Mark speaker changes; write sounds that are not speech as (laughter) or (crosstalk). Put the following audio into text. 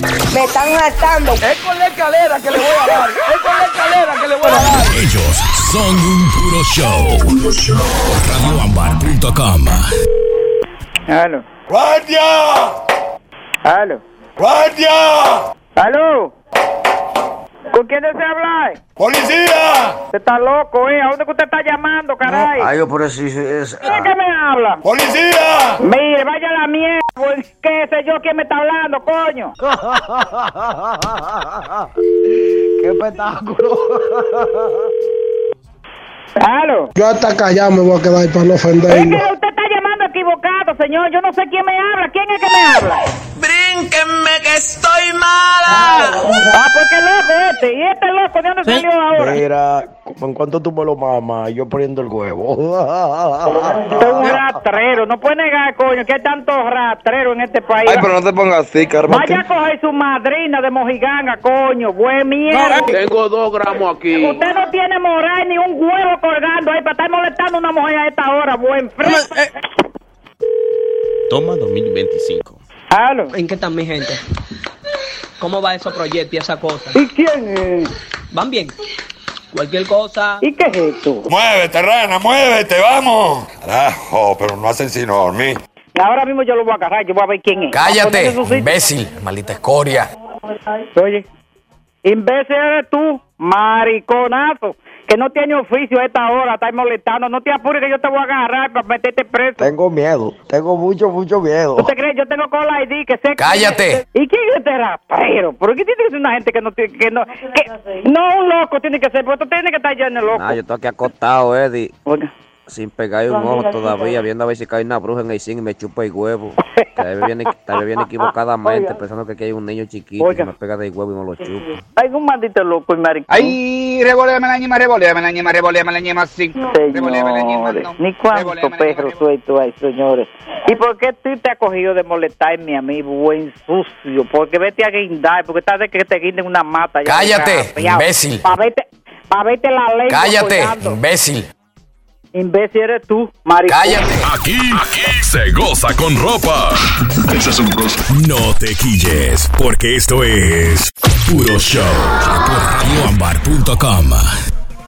Speaker 1: Me están hartando.
Speaker 2: Es con la escalera que le voy a dar. Es con la escalera que le voy a dar.
Speaker 3: Ellos son un puro show. RadioAmbar.com
Speaker 4: Aló,
Speaker 2: ¡Guardia!
Speaker 4: aló,
Speaker 2: ¡Guardia!
Speaker 4: aló. ¿Con quién desea hablar?
Speaker 2: ¡Policía!
Speaker 4: Usted está loco, ¿eh? ¿A dónde que usted está llamando, caray?
Speaker 5: Ay, yo por eso es...
Speaker 4: ¿Quién es que me habla?
Speaker 2: ¡Policía!
Speaker 4: Mire, vaya a la mierda, güey. qué sé yo quién me está hablando, coño.
Speaker 5: (laughs) ¡Qué espectáculo!
Speaker 4: Aló.
Speaker 6: Yo hasta callado me voy a quedar para no
Speaker 4: Es
Speaker 6: ofenderlo.
Speaker 4: que usted está llamando equivocado, señor. Yo no sé quién me habla. ¿Quién es que me habla?
Speaker 7: Brínquenme que estoy mala.
Speaker 4: Ah, pues qué loco este. ¿Y este loco de dónde salió ahora?
Speaker 5: Mira, ¿en cuanto tú me lo mamas? Yo poniendo el huevo.
Speaker 4: Usted es un rastrero. No puede negar, coño, que hay tantos rastreros en este país.
Speaker 8: Ay, pero no te pongas así, Carmen.
Speaker 4: Vaya a coger su madrina de mojiganga, coño. Buen mierda.
Speaker 7: Tengo dos gramos aquí.
Speaker 4: Usted no tiene moral ni un huevo colgando ahí para estar molestando a una mujer a esta hora, buen frío.
Speaker 9: Toma 2025.
Speaker 4: Aló.
Speaker 1: ¿En qué están mi gente? ¿Cómo va esos proyectos y esa cosa?
Speaker 4: ¿Y quién es?
Speaker 1: ¿Van bien? Cualquier cosa.
Speaker 4: ¿Y qué es esto?
Speaker 2: ¡Muévete, rana! ¡Muévete! ¡Vamos! Carajo, pero no hacen sino dormir.
Speaker 4: Ahora mismo yo lo voy a agarrar, yo voy a ver quién es.
Speaker 10: Cállate,
Speaker 4: A ponerle su sitio.
Speaker 10: imbécil, maldita escoria.
Speaker 4: Oye, imbécil eres tú, mariconazo, que no tiene oficio a esta hora, estás molestando. No te apures que yo te voy a agarrar para meterte preso.
Speaker 5: Tengo miedo, tengo mucho, mucho miedo.
Speaker 4: ¿Tú te crees? Yo tengo cola ID que sé.
Speaker 10: Cállate.
Speaker 4: ¿Y quién es este rapero? ¿Por qué tiene que ser una gente que no tiene que no? que- no, un loco tiene que ser, porque tú tienes que estar lleno de loco.
Speaker 5: Ah, yo estoy aquí acostado, Eddie,
Speaker 4: Oiga.
Speaker 5: sin pegar un ojo todavía, viendo a ver si cae una bruja en el zinc y me chupa el huevo. Tal vez viene, tal vez viene equivocadamente, pensando que aquí hay un niño chiquito
Speaker 4: Oiga.
Speaker 5: y me pega del huevo y me lo chupa.
Speaker 4: Hay un maldito loco y maricón.
Speaker 8: Ay, revoléame la ñema, revoléame la ñema, revoléame la ñema, sí. Revoléame la ñema,
Speaker 4: Señores,
Speaker 8: no.
Speaker 4: ni cuánto
Speaker 8: Revoléame la ñema,
Speaker 4: perro suelto hay, señores. ¿Y por qué tú te has cogido de molestarme a mí, buen sucio? Porque vete a guindar, porque estás de que te guinden una mata. ya
Speaker 10: Cállate,
Speaker 4: te rapeado.
Speaker 10: imbécil.
Speaker 4: Pa' verte, pa' verte la ley.
Speaker 10: Cállate,
Speaker 4: colgando.
Speaker 10: imbécil.
Speaker 4: Imbécil eres tú, maricón.
Speaker 10: Cállate.
Speaker 3: Aquí, aquí se goza con ropa. Ese es un gozo. No te quilles, porque esto es puro show. Por RadioAmbar.com